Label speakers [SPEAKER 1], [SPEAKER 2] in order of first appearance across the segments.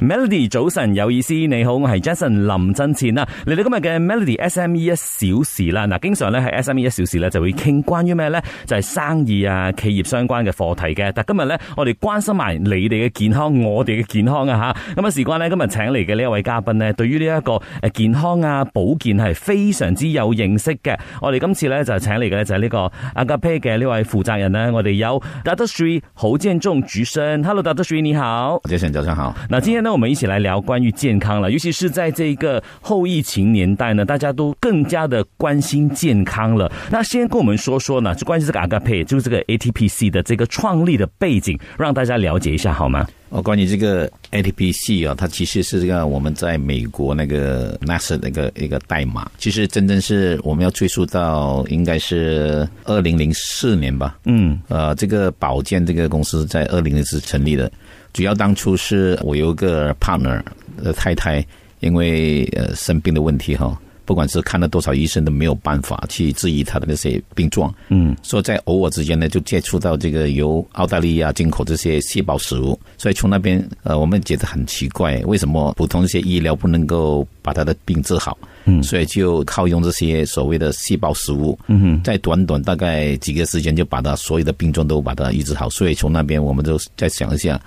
[SPEAKER 1] Melody 早晨有意思，你好，我係 Jason 林振前啦。嚟到今日嘅 Melody SME 一小時啦，嗱，經常咧喺 SME 一小時咧就會傾關於咩咧，就係、生意啊、企業相關嘅課題嘅。但今日咧，我哋關心埋你哋嘅健康，我哋嘅健康啊吓。咁啊，事關咧今日請嚟嘅呢一位嘉賓咧，對於呢一個誒健康啊、保健係非常之有認識嘅。我哋今次咧就請嚟嘅咧就係呢個阿格佩嘅呢位負責人咧，我哋有 Dr. Sri 侯建仲主生。Hello，Dr. Sri 你好。
[SPEAKER 2] 杰森，早上好。
[SPEAKER 1] 那今天呢，我们一起来聊关于健康了，尤其是在这个后疫情年代呢，大家都更加的关心健康了。那先跟我们说说呢，就关于这个 AGAPE，就是这个 ATPC 的这个创立的背景，让大家了解一下好吗？
[SPEAKER 2] 哦，关于这个 ATPC 啊、它其实是这个我们在美国那个 NASA 那个一个代码，其实真正是我们要追溯到应该是二零零四年吧。
[SPEAKER 1] 嗯，
[SPEAKER 2] 呃，这个保健这个公司在二零零四成立的，主要当初是我有一个 partner 的太太，因为呃生病的问题哈，不管是看了多少医生都没有办法去治愈她的那些病状，
[SPEAKER 1] 嗯，
[SPEAKER 2] 所以在偶尔之间呢，就接触到这个由澳大利亚进口这些细胞食物，所以从那边呃，我们觉得很奇怪，为什么普通一些医疗不能够把他的病治好？嗯，所以就靠用这些所谓的细胞食物，嗯哼，在短短大概几个时间就把他所有的病状都把它医治好，所以从那边我们就再想一下。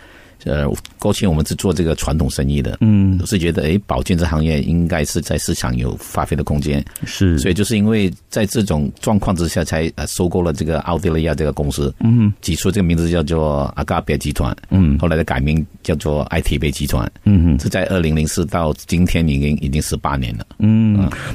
[SPEAKER 2] 呃，过去我们是做这个传统生意的，嗯，是觉得诶，保健这行业应该是在市场有发挥的空间，
[SPEAKER 1] 是
[SPEAKER 2] 所以就是因为在这种状况之下，才呃收购了这个奥地利亚这个公司，嗯，起初这个名字叫做阿嘎别集团，嗯，后来的改名叫做 IT 别集团，嗯嗯，这在二零零四到今天已经已经十八年了，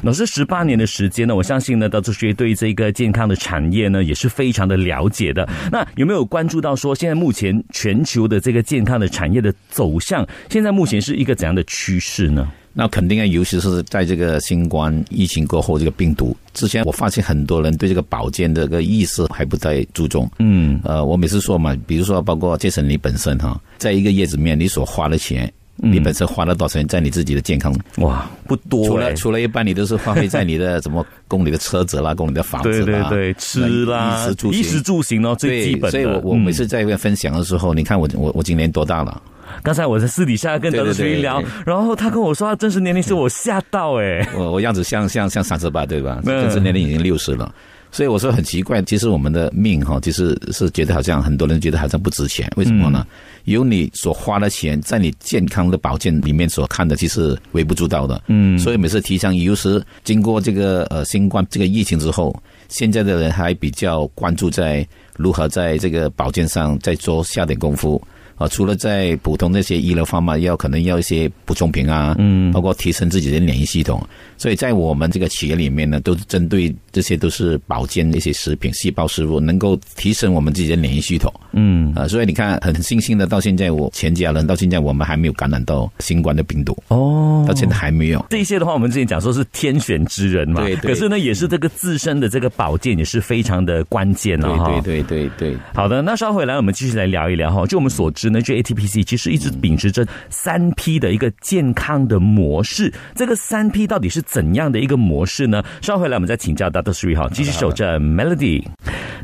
[SPEAKER 1] 老师十八年的时间呢，我相信呢，到这学对这个健康的产业呢也是非常的了解的。那有没有关注到说，现在目前全球的这个健康的产业的走向，现在目前是一个怎样的趋势呢？
[SPEAKER 2] 那肯定啊，尤其是在这个新冠疫情过后，这个病毒之前，我发现很多人对这个保健的这个意识还不太注重。
[SPEAKER 1] 嗯，
[SPEAKER 2] 呃，我每次说嘛，比如说包括杰森你本身哈，在一个月子里面你所花的钱，你本身花了多少钱在你自己的健康？
[SPEAKER 1] 哇，不多、欸，
[SPEAKER 2] 除了除了一般你都是花费在你的什么供你的车子啦，供你的房
[SPEAKER 1] 对
[SPEAKER 2] 子
[SPEAKER 1] 对
[SPEAKER 2] 啦，
[SPEAKER 1] 对，吃啦，
[SPEAKER 2] 衣食住
[SPEAKER 1] 衣食
[SPEAKER 2] 行。
[SPEAKER 1] 住行哦，最基
[SPEAKER 2] 对，
[SPEAKER 1] 本的。
[SPEAKER 2] 所以我我
[SPEAKER 1] 嗯
[SPEAKER 2] 每次在跟分享的时候，你看我我我今年多大了？
[SPEAKER 1] 刚才我在私底下跟德
[SPEAKER 2] 对
[SPEAKER 1] 德
[SPEAKER 2] 对
[SPEAKER 1] 叔一
[SPEAKER 2] 对
[SPEAKER 1] 聊
[SPEAKER 2] 对，
[SPEAKER 1] 然后他跟我说啊他真实年龄是我吓到哎，
[SPEAKER 2] 我我样子像像像三十八对吧？
[SPEAKER 1] 嗯
[SPEAKER 2] 甚至年龄已经六十了，所以我说很奇怪，其实我们的命哈，其实是觉得好像很多人觉得好像不值钱，为什么呢？有你所花的钱，在你健康的保健里面所看的，其实微不足道的。嗯，所以每次提倡，有时经过这个呃新冠这个疫情之后，现在的人还比较关注在如何在这个保健上再多下点功夫。啊，除了在普通那些医疗方面，要可能要一些补充品啊，嗯，包括提升自己的免疫系统。所以在我们这个企业里面呢，都是针对这些都是保健的一些食品、细胞食物，能够提升我们自己的免疫系统。
[SPEAKER 1] 嗯，
[SPEAKER 2] 啊、所以你看，很庆幸的，到现在我全家人到现在我们还没有感染到新冠的病毒，
[SPEAKER 1] 哦
[SPEAKER 2] 到。现在还没有。
[SPEAKER 1] 这些的话，我们之前讲说是天选之人嘛，
[SPEAKER 2] 对对
[SPEAKER 1] 可是呢，也是这个自身的这个保健也是非常的关键了、
[SPEAKER 2] 对
[SPEAKER 1] 啊哈。
[SPEAKER 2] 对对对对，
[SPEAKER 1] 好的，那稍回来我们继续来聊一聊哈。就我们所知呢，就 ATPC 其实一直秉持着三 P 的一个健康的模式。这个三 P 到底是怎样的一个模式呢？稍回来我们再请教 Dr. Sri 哈，继续守着 Melody。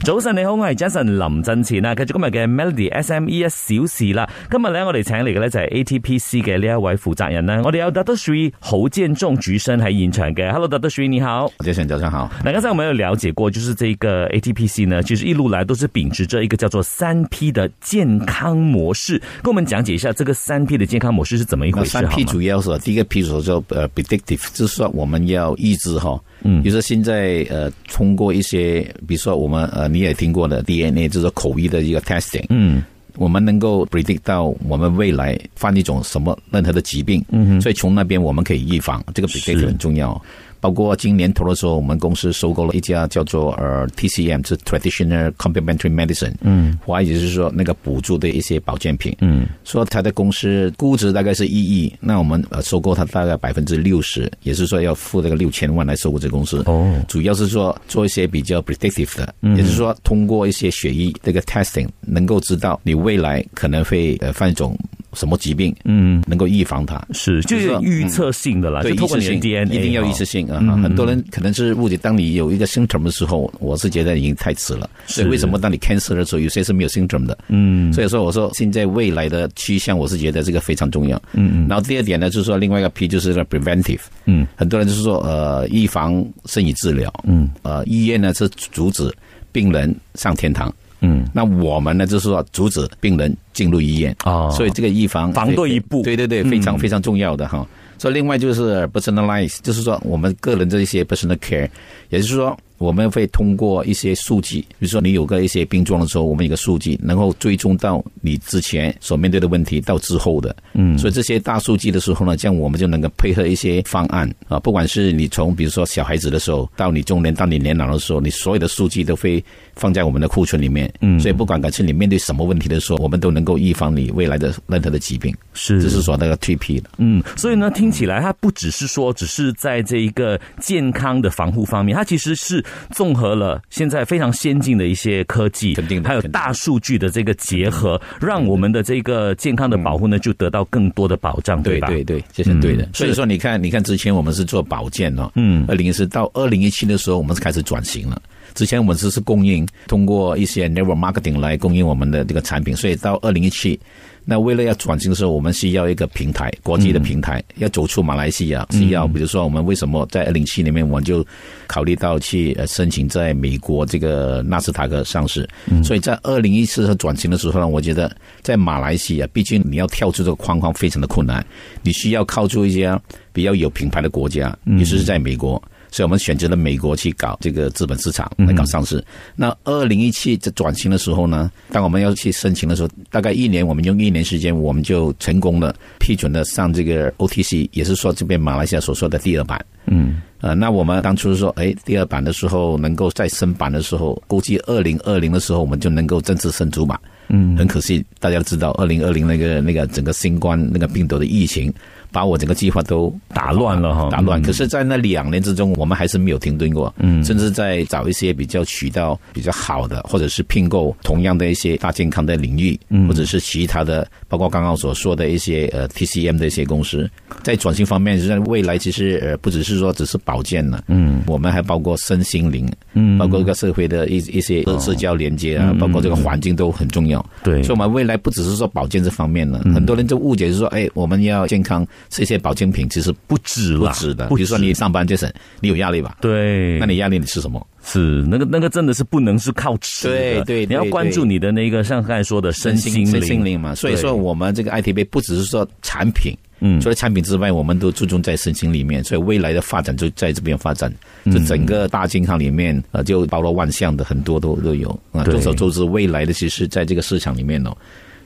[SPEAKER 1] 早晨你好，我係 Jason 林振前啊，繼續今日嘅 Melody SME 一小時啦。今日咧我哋請嚟嘅咧就係 ATPC 嘅呢一位負責人啦。我哋有 Dr. Sri 侯建仲主身喺現場嘅，Hello Dr. Sri 你好。
[SPEAKER 2] 杰森早上好。
[SPEAKER 1] 那刚才我们有了解过，就是这个 ATPC 呢，其实一路来都是秉持着一个叫做三 P 的健康模式，跟我们讲解一下这个三 P 的健康模式是怎么一
[SPEAKER 2] 那
[SPEAKER 1] 回事
[SPEAKER 2] 三
[SPEAKER 1] 好
[SPEAKER 2] P
[SPEAKER 1] 吗？
[SPEAKER 2] 主要是第一个 P 所说呃 predictive，就是说我们要抑制哈，嗯，就是现在呃通过一些，比如说我们呃你也听过的 DNA，就是口译的一个 testing，
[SPEAKER 1] 嗯，
[SPEAKER 2] 我们能够 predict 到我们未来犯一种什么任何的疾病，嗯，所以从那边我们可以预防，这个 predict 很重要。包括今年头的时候，我们公司收购了一家叫做呃 TCM，是 Traditional Complementary Medicine，嗯，华语就是说那个补助的一些保健品，嗯，说它的公司估值大概是一亿，那我们呃收购它大概百分之六十，也是说要付这个六千万来收购这个公司，
[SPEAKER 1] 哦
[SPEAKER 2] 主要是说做一些比较 predictive 的，也就是说通过一些血液这个 testing 能够知道你未来可能会呃犯一种什么疾病，嗯，能够预防它。
[SPEAKER 1] 是，就是
[SPEAKER 2] 就是嗯
[SPEAKER 1] 预测性的啦，
[SPEAKER 2] 对，
[SPEAKER 1] 就透
[SPEAKER 2] 一
[SPEAKER 1] 过
[SPEAKER 2] 次
[SPEAKER 1] 你的
[SPEAKER 2] 性
[SPEAKER 1] DNA，
[SPEAKER 2] 一定要一次
[SPEAKER 1] 哦
[SPEAKER 2] 性啊！很多人可能是误解，当你有一个 symptom 的时候，我是觉得已经太迟了。所以为什么当你 cancer 的时候，有些是没有 symptom 的？嗯，所以说我说现在未来的趋向，我是觉得这个非常重要。嗯嗯。然后第二点呢，就是说另外一个 P 就是那 preventive。
[SPEAKER 1] 嗯，
[SPEAKER 2] 很多人就是说呃，预防胜于治疗。嗯，呃，医院呢是阻止病人上天堂。
[SPEAKER 1] 嗯，
[SPEAKER 2] 那我们呢就是说阻止病人进入医院。
[SPEAKER 1] 哦
[SPEAKER 2] 所以这个预防
[SPEAKER 1] 防对一步
[SPEAKER 2] 对对对，非常非常重要的哈。所以另外就是 personalize，就是说我们个人的一些 personal care，也就是说我们会通过一些数据，比如说你有个一些病状的时候，我们有个数据能够追踪到你之前所面对的问题到之后的，嗯，所以这些大数据的时候呢，这样我们就能够配合一些方案啊，不管是你从比如说小孩子的时候到你中年到你年老的时候，你所有的数据都会放在我们的库存里面，嗯，所以不管是你面对什么问题的时候，我们都能够预防你未来的任何的疾病。
[SPEAKER 1] 是
[SPEAKER 2] 这是说那个 TP 的，
[SPEAKER 1] 嗯，所以呢，听起来它不只是说只是在这一个健康的防护方面，它其实是综合了现在非常先进的一些科技，
[SPEAKER 2] 肯定的
[SPEAKER 1] 还有
[SPEAKER 2] 肯定的嗯
[SPEAKER 1] 大数据的这个结合，让我们的这个健康的保护呢，就得到更多的保障，
[SPEAKER 2] 对
[SPEAKER 1] 吧？
[SPEAKER 2] 对对，这是对的。
[SPEAKER 1] 嗯
[SPEAKER 2] 所以说，你看，你看之前我们是做保健哦，
[SPEAKER 1] 嗯
[SPEAKER 2] 二零一四到二零一七的时候，我们是开始转型了。之前我们只是供应，通过一些 network marketing 来供应我们的这个产品，所以到二零一七，那为了要转型的时候，我们需要一个平台，国际的平台，要走出马来西亚，是要比如说我们为什么在二零七里面，我们就考虑到去呃申请在美国这个纳斯达克上市，所以在二零一四转型的时候呢，我觉得在马来西亚，毕竟你要跳出这个框框非常的困难，你需要靠住一些比较有品牌的国家，尤其是在美国。所以我们选择了美国去搞这个资本市场来搞上市。那二零一七这转型的时候呢，当我们要去申请的时候，大概一年，我们用一年时间，我们就成功了批准了上这个 OTC，也是说这边马来西亚所说的第二版。
[SPEAKER 1] 嗯，
[SPEAKER 2] 呃，那我们当初说，哎，第二版的时候能够再升版的时候，估计二零二零的时候我们就能够正式升主版。嗯，很可惜，大家都知道二零二零那个那个整个新冠那个病毒的疫情，把我整个计划都
[SPEAKER 1] 打乱了哈
[SPEAKER 2] 打乱。
[SPEAKER 1] 嗯
[SPEAKER 2] 可是，在那两年之中，我们还是没有停顿过，嗯，甚至在找一些比较渠道比较好的，或者是并购同样的一些大健康的领域，嗯，或者是其他的，包括刚刚所说的一些呃 TCM 的一些公司，在转型方面，在未来其实呃不只是说只是保健了，嗯，我们还包括身心灵，嗯，哦包括一个社会的一一些呃社交连接啊，包括这个环境都很重要，
[SPEAKER 1] 对
[SPEAKER 2] 所以我们未来不只是说保健这方面了，很多人就误解是说，哎，我们要健康吃一些保健品，其实不
[SPEAKER 1] 不止
[SPEAKER 2] 不
[SPEAKER 1] 啦，
[SPEAKER 2] 止的。
[SPEAKER 1] 不嗯
[SPEAKER 2] 比如说
[SPEAKER 1] 止
[SPEAKER 2] 你上班就是你有压力吧？
[SPEAKER 1] 对，
[SPEAKER 2] 那你压力你吃什么？
[SPEAKER 1] 是那个那个真的是不能是靠吃的，
[SPEAKER 2] 对对对
[SPEAKER 1] 你要关注你的那个像刚才说的身心
[SPEAKER 2] 身心
[SPEAKER 1] 灵，
[SPEAKER 2] 灵嘛。所以
[SPEAKER 1] 对
[SPEAKER 2] 说我们这个 ITB 不只是说产品，
[SPEAKER 1] 嗯
[SPEAKER 2] 除了产品之外，我们都注重在身心里面，所以未来的发展就在这边发展。
[SPEAKER 1] 嗯
[SPEAKER 2] 这整个大健康里面，呃，就包罗万象的很多都都有啊。
[SPEAKER 1] 对
[SPEAKER 2] 众所周知，未来的其实在这个市场里面哦。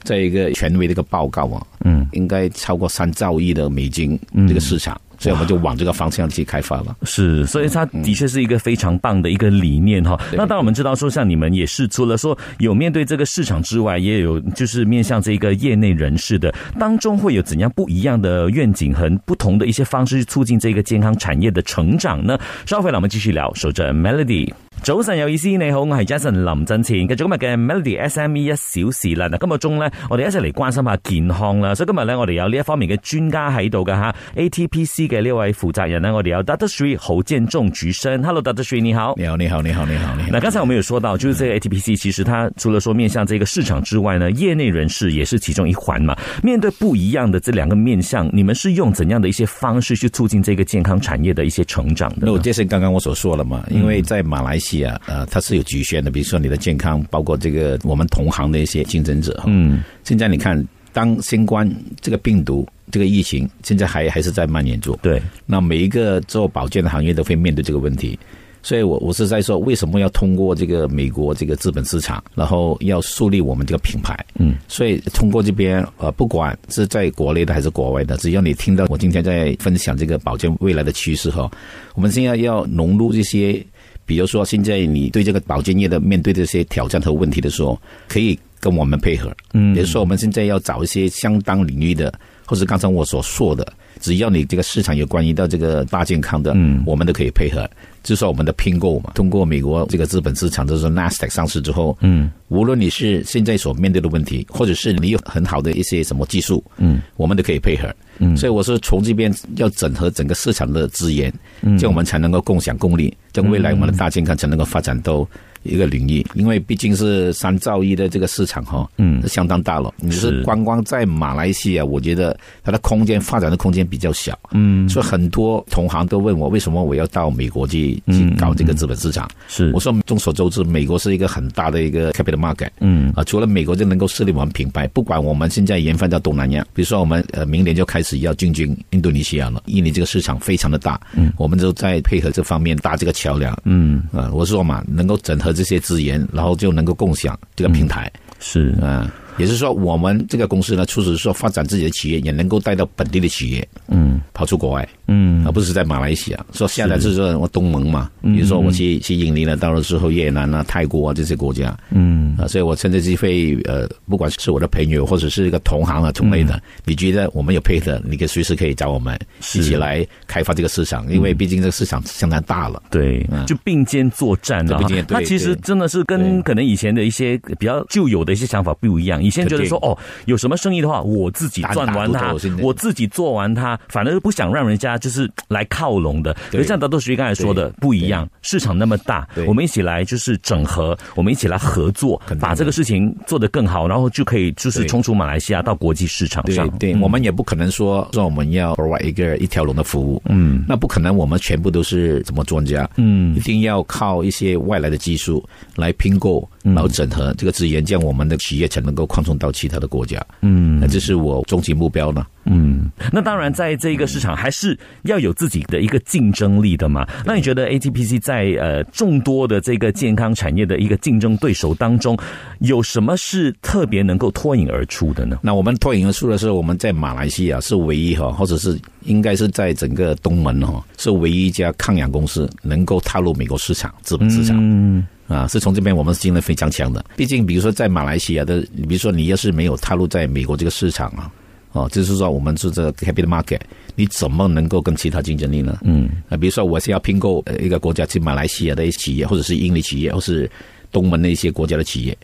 [SPEAKER 2] 在一个权威的一个报告啊，嗯，应该超过三兆亿的美金
[SPEAKER 1] 嗯
[SPEAKER 2] 这个市场，所以我们就往这个方向去开发了。
[SPEAKER 1] 是，所以它的确是一个非常棒的一个理念哈。那
[SPEAKER 2] 嗯
[SPEAKER 1] 当然我们知道说，像你们也是除了说有面对这个市场之外，也有就是面向这个业内人士的当中，会有怎样不一样的愿景和不同的一些方式去促进这个健康产业的成长呢？稍回来我们继续聊，守着 Melody。早晨有意思，你好，我係 Jason 林振前，繼續今日嘅 Melody SME 一小時啦。嗱，今日中咧，我哋一齊嚟關心下健康啦。所以今日咧，我哋有呢一方面嘅專家喺度嘅吓，ATPC 嘅呢位負責人呢，我哋有 Dr. Sri 侯建仲局生。Hello，Dr. Sri 你好。
[SPEAKER 2] 你好，你嗯好，你好，你好，你好。
[SPEAKER 1] 那刚才我们有说到，就是这个 ATPC，其实它除了说面向这个市场之外呢，业内人士也是其中一环嘛。面对不一样的这两个面向，你们是用怎样的一些方式去促进这个健康产业的一些成长的
[SPEAKER 2] 那
[SPEAKER 1] 呢？
[SPEAKER 2] 我这是刚刚我所说了嘛，因为在马来西亚，呃，它是有局限的，比如说你的健康，包括这个我们同行的一些竞争者。嗯，现在你看，当新冠这个病毒这个疫情现在还还是在蔓延中，
[SPEAKER 1] 对，
[SPEAKER 2] 那每一个做保健的行业都会面对这个问题。所以我我是在说，为什么要通过这个美国这个资本市场，然后要树立我们这个品牌？
[SPEAKER 1] 嗯，
[SPEAKER 2] 所以通过这边呃，不管是在国内的还是国外的，只要你听到我今天在分享这个保健未来的趋势哈，我们现在要融入这些，比如说现在你对这个保健业的面对这些挑战和问题的时候，可以跟我们配合。嗯，比如说我们现在要找一些相当领域的。或者刚才我所说的，只要你这个市场有关于到这个大健康的，
[SPEAKER 1] 嗯
[SPEAKER 2] 我们都可以配合。就说我们的拼购嘛，通过美国这个资本市场，就是 NASDAQ 上市之后，
[SPEAKER 1] 嗯，
[SPEAKER 2] 无论你是现在所面对的问题，或者是你有很好的一些什么技术，
[SPEAKER 1] 嗯，
[SPEAKER 2] 我们都可以配合。嗯，所以我是从这边要整合整个市场的资源，嗯，这样我们才能够共享共利，这样未来我们的大健康才能够发展到一个领域。因为毕竟是三兆亿的这个市场哈，
[SPEAKER 1] 嗯
[SPEAKER 2] 相当大了。你
[SPEAKER 1] 是
[SPEAKER 2] 是光光在马来西亚，我觉得它的空间发展的空间比较小，
[SPEAKER 1] 嗯，
[SPEAKER 2] 所以很多同行都问我为什么我要到美国去去
[SPEAKER 1] 嗯
[SPEAKER 2] 搞这个
[SPEAKER 1] 嗯
[SPEAKER 2] 资本市场。
[SPEAKER 1] 是
[SPEAKER 2] 我，说众所周知，美国是一个很大的一个 capital market。
[SPEAKER 1] 嗯
[SPEAKER 2] 啊，除了美国就能够设立我们品牌，不管我们现在研发到东南亚，比如说我们呃明年就开始要进军印度尼西亚了，印尼这个市场非常的大，嗯，我们就在配合这方面搭这个桥梁，
[SPEAKER 1] 嗯
[SPEAKER 2] 啊、我说嘛，能够整合这些资源，然后就能够共享这个平台，
[SPEAKER 1] 嗯是，
[SPEAKER 2] 啊、也就是说我们这个公司呢，除此说发展自己的企业，也能够带到本地的企业
[SPEAKER 1] 嗯
[SPEAKER 2] 跑出国外，
[SPEAKER 1] 嗯
[SPEAKER 2] 而不是在马来西亚。说现在就是说我东盟嘛，比如说我去去印尼了，到了之后越南啊、泰国啊这些国家，
[SPEAKER 1] 嗯
[SPEAKER 2] 啊，所以我趁这机会，呃，不管是我的朋友或者是一个同行啊同类
[SPEAKER 1] 嗯
[SPEAKER 2] 的，你觉得我们有配合，你可以随时可以找我们一起来开发这个市场，因
[SPEAKER 1] 嗯
[SPEAKER 2] 为毕竟这个市场相当大了。
[SPEAKER 1] 对，就并肩作战了
[SPEAKER 2] 嗯对
[SPEAKER 1] 哈
[SPEAKER 2] 并肩。对
[SPEAKER 1] 那其实
[SPEAKER 2] 对
[SPEAKER 1] 真的是跟
[SPEAKER 2] 对
[SPEAKER 1] 可能以前的一些比较旧有的一些想法不一样。以前觉得说哦，有什么生意的话，我自己赚完
[SPEAKER 2] 单打
[SPEAKER 1] 它
[SPEAKER 2] 独斗现，在
[SPEAKER 1] 我自己做完它，反而不想让人家就是来靠拢的。可
[SPEAKER 2] 对
[SPEAKER 1] 是像达多学刚才说的不一样，市场那么大
[SPEAKER 2] 对，
[SPEAKER 1] 我们一起来就是整合，我们一起来合作，
[SPEAKER 2] 肯定的
[SPEAKER 1] 把这个事情做得更好，然后就可以就是
[SPEAKER 2] 对
[SPEAKER 1] 冲出马来西亚到国际市场
[SPEAKER 2] 对
[SPEAKER 1] 上。嗯
[SPEAKER 2] 对，我们也不可能说说我们要 provide 一个一条龙的服务，嗯，那不可能，我们全部都是什么专家，嗯，一定要靠一些外来的技术来拼购，然后整合这个资源，这样我们的企业才能够扩充到其他的国家，嗯，那这是我终极目标呢。
[SPEAKER 1] 嗯，那当然，在这个市场还是要有自己的一个竞争力的嘛。那你觉得 ATPC 在呃众多的这个健康产业的一个竞争对手当中，有什么是特别能够脱颖而出的呢？
[SPEAKER 2] 那我们脱颖而出的是，我们在马来西亚是唯一哈，或者是应该是在整个东盟哈，是唯一一家抗氧公司能够踏入美国市场资本市场。
[SPEAKER 1] 嗯
[SPEAKER 2] 啊，是从这边我们是竞争非常强的。毕竟，比如说在马来西亚的，比如说你要是没有踏入在美国这个市场啊，哦，就是说我们是这个 capital market，你怎么能够跟其他竞争力呢？嗯，啊，比如说我是要拼购呃一个国家，去马来西亚的一些企业，或者是印尼企业，或是东盟的一些国家的企业，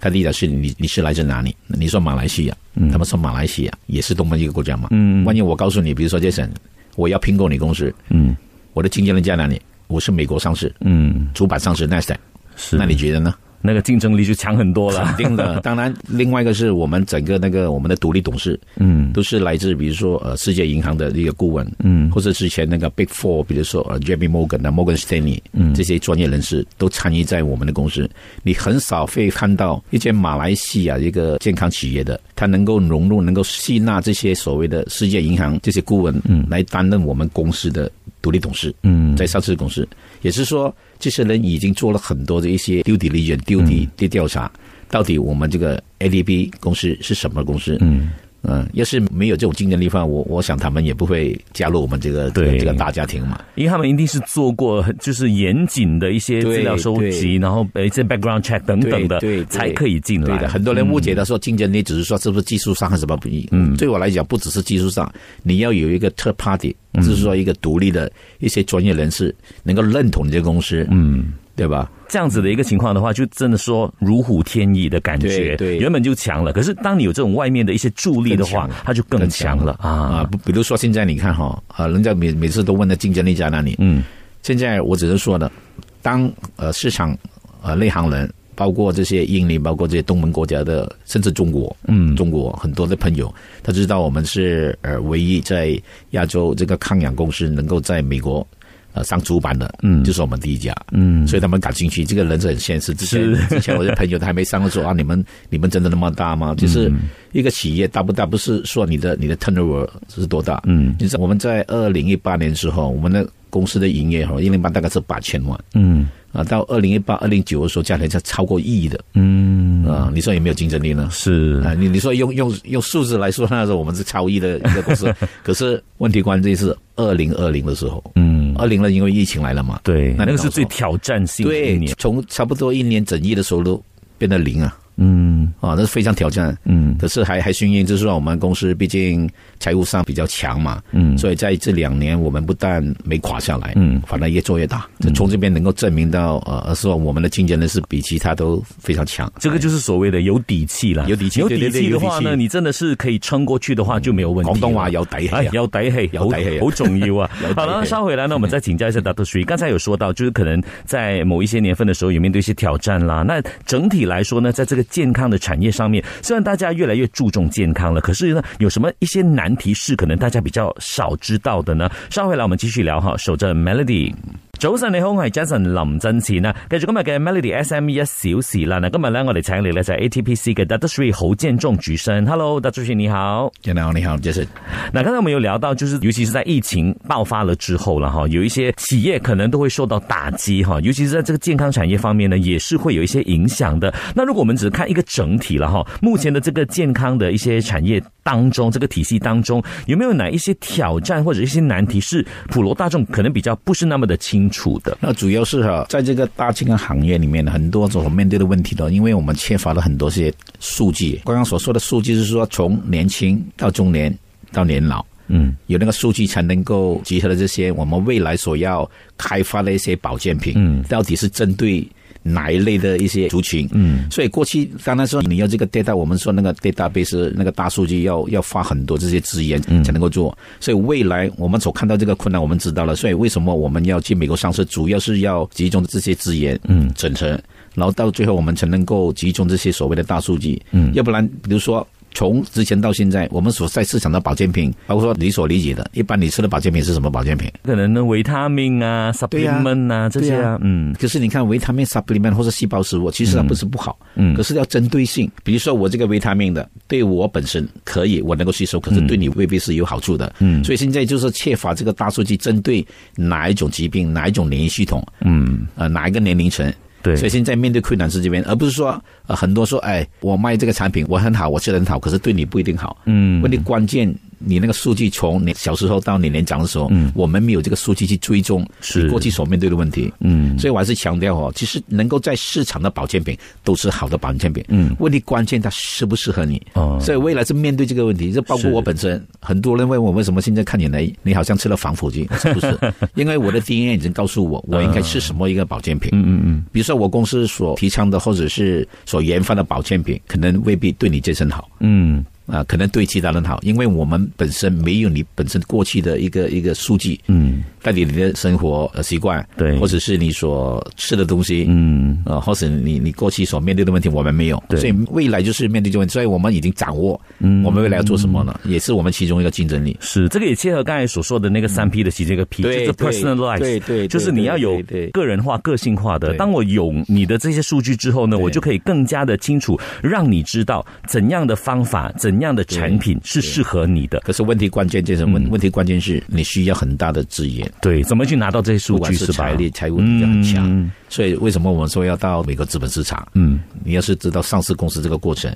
[SPEAKER 2] 他第一点是你你是来自哪里？你说马来西亚，
[SPEAKER 1] 嗯
[SPEAKER 2] 他们说马来西亚也是东盟一个国家嘛。嗯，万一我告诉你，比如说 Jason，我要拼购你公司，
[SPEAKER 1] 嗯
[SPEAKER 2] 我的竞争力在哪里？我是美国上市，
[SPEAKER 1] 嗯，
[SPEAKER 2] 主板上市 n a s d a
[SPEAKER 1] 是，
[SPEAKER 2] 那你觉得 呢？
[SPEAKER 1] 那个竞争力就强很多了
[SPEAKER 2] 肯。定的。当然，另外一个是我们整个那个我们的独立董事，
[SPEAKER 1] 嗯
[SPEAKER 2] 都是来自比如说呃世界银行的一个顾问，
[SPEAKER 1] 嗯
[SPEAKER 2] 或者之前那个 Big Four，比如说呃 J P Morgan 啊、Morgan Stanley，嗯，这些专业人士都参与在我们的公司。你很少会看到一间马来西亚一个健康企业的，它能够融入、能够吸纳这些所谓的世界银行这些顾问，嗯，来担任我们公司的独立董事，
[SPEAKER 1] 嗯
[SPEAKER 2] 在上市公司，也是说这些人已经做了很多的一些 due diligence、due
[SPEAKER 1] 嗯
[SPEAKER 2] di 的调查，到底我们这个 ADB 公司是什么公司？
[SPEAKER 1] 嗯
[SPEAKER 2] 嗯，要是没有这种竞争力的话，我我想他们也不会加入我们这个这
[SPEAKER 1] 对
[SPEAKER 2] 个这个大家庭嘛。
[SPEAKER 1] 因为他们一定是做过很就是严谨的一些资料
[SPEAKER 2] 对
[SPEAKER 1] 收集，
[SPEAKER 2] 对
[SPEAKER 1] 然后呃一些 background check 等等的，
[SPEAKER 2] 对对对
[SPEAKER 1] 才可以进
[SPEAKER 2] 对
[SPEAKER 1] 来嗯
[SPEAKER 2] 的，。很多人误解的说竞争力只是说是不是技术上还是什么不一。嗯，对我来讲，不只是技术上，你要有一个 third party，就是
[SPEAKER 1] 嗯
[SPEAKER 2] 说一个独立的一些专业人士能够认同你这个公司，嗯，对吧？
[SPEAKER 1] 这样子的一个情况的话，就真的说如虎添翼的感觉，
[SPEAKER 2] 对对
[SPEAKER 1] 原本就强了。可是当你有这种外面的一些助力的话
[SPEAKER 2] 更强，
[SPEAKER 1] 它就更强了
[SPEAKER 2] 啊，
[SPEAKER 1] 啊。
[SPEAKER 2] 不比如说现在你看哈，啊，人家每每次都问的竞争力在哪里？
[SPEAKER 1] 嗯
[SPEAKER 2] 现在我只是说呢，当呃市场呃内行人，包括这些印尼，包括这些东盟国家的，甚至中国，嗯，中国很多的朋友，他知道我们是呃唯一在亚洲这个抗氧公司能够在美国。呃，上主板的，嗯，就是我们第一家，嗯，所以他们感兴趣。这个人是很现实。之前之前我的朋友他还没上 过说啊，你们你们真的那么大吗？就是一个企业大不大，不是说你的你的 turnover 是多大，嗯，你知道我们在二零一八年时候，我们的公司的营业哈，一零八大概是八千万，
[SPEAKER 1] 嗯
[SPEAKER 2] 啊，到二零一八、二零九的时候，价钱才超过亿的
[SPEAKER 1] 嗯，
[SPEAKER 2] 啊！你说有没有竞争力呢？
[SPEAKER 1] 是
[SPEAKER 2] 啊，你你说用用用数字来说，那时候我们是超亿的一个公 司，可是问题关键是二零二零的时候，
[SPEAKER 1] 嗯
[SPEAKER 2] 二零了因为疫情来了嘛，
[SPEAKER 1] 对，
[SPEAKER 2] 那
[SPEAKER 1] 那
[SPEAKER 2] 你
[SPEAKER 1] 个是
[SPEAKER 2] 告诉
[SPEAKER 1] 最
[SPEAKER 2] 我
[SPEAKER 1] 挑战性的一
[SPEAKER 2] 对
[SPEAKER 1] 年，。
[SPEAKER 2] 从差不多一年整亿的收入变得零啊，
[SPEAKER 1] 嗯
[SPEAKER 2] 啊，那是非常挑战。
[SPEAKER 1] 嗯
[SPEAKER 2] 可是还还幸运，就是说我们公司毕竟财务上比较强嘛，
[SPEAKER 1] 嗯
[SPEAKER 2] 所以在这两年我们不但没垮下来，
[SPEAKER 1] 嗯
[SPEAKER 2] 反而越做越大。就从这边能够证明到，呃，说我们的竞争力是比其他都非常强。
[SPEAKER 1] 这个就是所谓的有底气啦。
[SPEAKER 2] 有底气
[SPEAKER 1] 有
[SPEAKER 2] 对
[SPEAKER 1] 底
[SPEAKER 2] 对对
[SPEAKER 1] 气的
[SPEAKER 2] 有底
[SPEAKER 1] 话呢，
[SPEAKER 2] 氣
[SPEAKER 1] 你真的是可以撑过去的话就没有问题。
[SPEAKER 2] 广东话。有底氣啊
[SPEAKER 1] 哎，有底氣，
[SPEAKER 2] 有底氣啊
[SPEAKER 1] 好好重要啊
[SPEAKER 2] 有底！氣
[SPEAKER 1] 好了，稍回来呢，我们再请教一下 Dr. s 刚才有说到，就是可能在某一些年份的时候，有面对一些挑战啦。那整体来说呢，在这个健康的产业上面，虽然大家越来越注重健康了，可是呢，有什么一些难题是可能大家比较少知道的呢？稍回来我们继续聊哈，守着 Melody。早晨，你好，我系 Jason 林振前啊。继续今日嘅 Melody SME 一小時啦。嗱，今日咧我哋請嚟咧就係 ATPC 嘅 Dr. Sri 侯建仲主生。Hello，Dr. Sri 你好。
[SPEAKER 2] 你好，你好，就是
[SPEAKER 1] 那刚才我们有聊到，就是尤其是在疫情爆发了之后了哈，有一些企业可能都会受到打击哈，尤其是在这个健康产业方面呢，也是会有一些影响的。那如果我们只看一个整体了哈，目前的这个健康的一些产业当中，这个体系当中，有没有哪一些挑战或者一些难题是普罗大众可能比较不是那么的清楚的？
[SPEAKER 2] 那主要是哈、在这个大健康行业里面，很多所面对的问题呢，因为我们缺乏了很多些数据。刚刚所说的数据是说，从年轻到中年到年老，
[SPEAKER 1] 嗯
[SPEAKER 2] 有那个数据才能够集合的这些我们未来所要开发的一些保健品，
[SPEAKER 1] 嗯
[SPEAKER 2] 到底是针对哪一类的一些族群？
[SPEAKER 1] 嗯
[SPEAKER 2] 所以过去当然说你要这个 data，我们说那个 database 那个大数据要要花很多这些资源
[SPEAKER 1] 嗯
[SPEAKER 2] 才能够做。所以未来我们所看到这个困难，我们知道了。所以为什么我们要去美国上市，主要是要集中这些资源，
[SPEAKER 1] 嗯，
[SPEAKER 2] 整成，然后到最后我们才能够集中这些所谓的大数据。
[SPEAKER 1] 嗯
[SPEAKER 2] 要不然比如说。从之前到现在，我们所在市场的保健品，包括说你所理解的，一般你吃的保健品是什么保健品？
[SPEAKER 1] 可能呢维他命啊、
[SPEAKER 2] 对呀
[SPEAKER 1] supplement 啊这些
[SPEAKER 2] 对
[SPEAKER 1] 啊
[SPEAKER 2] 呀，
[SPEAKER 1] 嗯
[SPEAKER 2] 可是你看维他命 supplement 或是细胞食物，其实它不是不好，
[SPEAKER 1] 嗯
[SPEAKER 2] 可是要针对性。比如说我这个维他命的，对我本身可以我能够吸收，可是对你未必是有好处的，
[SPEAKER 1] 嗯
[SPEAKER 2] 所以现在就是缺乏这个大数据针对哪一种疾病、哪一种免疫系统，
[SPEAKER 1] 嗯，
[SPEAKER 2] 呃，哪一个年龄层。
[SPEAKER 1] 对，
[SPEAKER 2] 所以现在面对困难是这边，而不是说呃很多说哎，我卖这个产品我很好，我吃的很好，可是对你不一定好。
[SPEAKER 1] 嗯
[SPEAKER 2] 问题关键，你那个数据从你小时候到你年长的时候，
[SPEAKER 1] 嗯
[SPEAKER 2] 我们没有这个数据去追踪
[SPEAKER 1] 是
[SPEAKER 2] 你过去所面对的问题。
[SPEAKER 1] 嗯
[SPEAKER 2] 所以我还是强调哦，其实能够在市场的保健品都是好的保健品，
[SPEAKER 1] 嗯
[SPEAKER 2] 问题关键它适不适合你。
[SPEAKER 1] 哦
[SPEAKER 2] 所以未来是面对这个问题，这包括我本身，很多人问我为什么现在看起来你好像吃了防 腐剂，我说不是？因为我的 DNA 已经告诉我我应该吃什么一个保健品。
[SPEAKER 1] 嗯嗯嗯
[SPEAKER 2] 比如说我公司所提倡的或者是所研发的保健品，可能未必对你健身好。
[SPEAKER 1] 嗯
[SPEAKER 2] 啊、可能对其他人好，因为我们本身没有你本身过去的一个一个数据，
[SPEAKER 1] 嗯
[SPEAKER 2] 到底你的生活呃习惯，
[SPEAKER 1] 对
[SPEAKER 2] 或者是你所吃的东西，
[SPEAKER 1] 嗯
[SPEAKER 2] 呃，或者你你过去所面对的问题，我们没有，
[SPEAKER 1] 对
[SPEAKER 2] 所以未来就是面对这个问题，所以我们已经掌握，嗯，我们未来要做什么呢？也是我们其中一个竞争力。
[SPEAKER 1] 是，这个也切合刚才所说的那个三 P 的其实这个 P，、
[SPEAKER 2] 嗯
[SPEAKER 1] 就
[SPEAKER 2] 对
[SPEAKER 1] 是
[SPEAKER 2] 对
[SPEAKER 1] personalize，
[SPEAKER 2] 对对
[SPEAKER 1] 就是你要有
[SPEAKER 2] 对对对
[SPEAKER 1] 个人化、个性化的。
[SPEAKER 2] 对
[SPEAKER 1] 当我有你的这些数据之后呢，
[SPEAKER 2] 对
[SPEAKER 1] 我就可以更加的清楚，让你知道怎样的方法、怎样的产品是适合你的。
[SPEAKER 2] 可是问题关键就是
[SPEAKER 1] 嗯
[SPEAKER 2] 问、问题关键是你需要很大的资源，
[SPEAKER 1] 对，怎么去拿到这些
[SPEAKER 2] 不
[SPEAKER 1] 数
[SPEAKER 2] 管
[SPEAKER 1] 据
[SPEAKER 2] 是
[SPEAKER 1] 是吧
[SPEAKER 2] 财？力、财务力要很强。
[SPEAKER 1] 嗯
[SPEAKER 2] 所以为什么我们说要到美国资本市场？
[SPEAKER 1] 嗯
[SPEAKER 2] 你要是知道上市公司这个过程，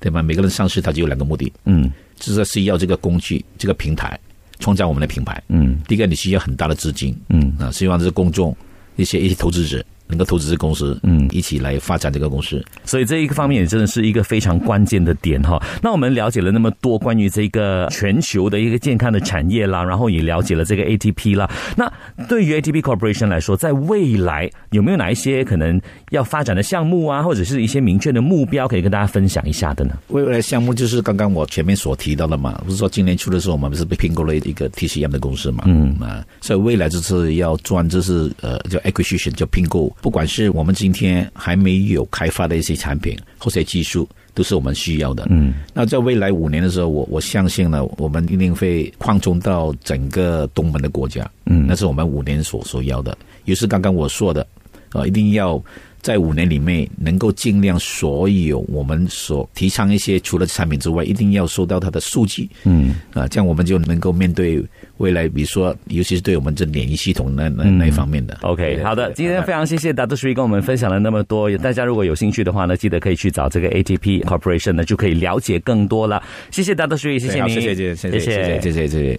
[SPEAKER 2] 对吧？每个人上市他就有两个目的，
[SPEAKER 1] 嗯
[SPEAKER 2] 就是需要这个工具、这个平台，创造我们的品牌。
[SPEAKER 1] 嗯
[SPEAKER 2] 第一个，你需要很大的资金，
[SPEAKER 1] 嗯
[SPEAKER 2] 啊，希望这公众一些一些投资者能够投资这公司，
[SPEAKER 1] 嗯
[SPEAKER 2] 一起来发展这个公司。
[SPEAKER 1] 所以这一个方面也真的是一个非常关键的点哈。那我们了解了那么多关于这个全球的一个健康的产业啦，然后也了解了这个 ATP 啦。那对于 ATP Corporation 来说，在未来有没有哪一些可能要发展的项目啊，或者是一些明确的目标可以跟大家分享一下的呢？
[SPEAKER 2] 未来项目就是刚刚我前面所提到的嘛，不是说今年初的时候我们不是被并购了一个 TCM 的公司嘛，嗯啊，所以未来就是要专就是呃叫 acquisition 叫并购，不管是我们今天还没有开发的一些产品或者技术，都是我们需要的，嗯，那在未来五年的时候，我我相信呢，我们一定会扩充到整个东盟的国家，嗯，那是我们五年所所要的，也是刚刚我说的，呃，一定要在五年里面能够尽量所有我们所提倡一些除了产品之外，一定要收到它的数据，
[SPEAKER 1] 嗯
[SPEAKER 2] 啊，这样我们就能够面对未来，比如说，尤其是对我们这免疫系统那那那一方面的。
[SPEAKER 1] 嗯 OK，
[SPEAKER 2] 对
[SPEAKER 1] 好的，
[SPEAKER 2] 对
[SPEAKER 1] 今天
[SPEAKER 2] 好
[SPEAKER 1] 非常谢谢 Dr. Sri 跟我们分享了那么多，大家如果有兴趣的话呢，记得可以去找这个 ATP Corporation 呢，就可以了解更多了。谢谢 Dr. Sri，谢
[SPEAKER 2] 对
[SPEAKER 1] 谢
[SPEAKER 2] 好
[SPEAKER 1] 您，
[SPEAKER 2] 谢谢谢谢谢谢谢谢谢谢谢。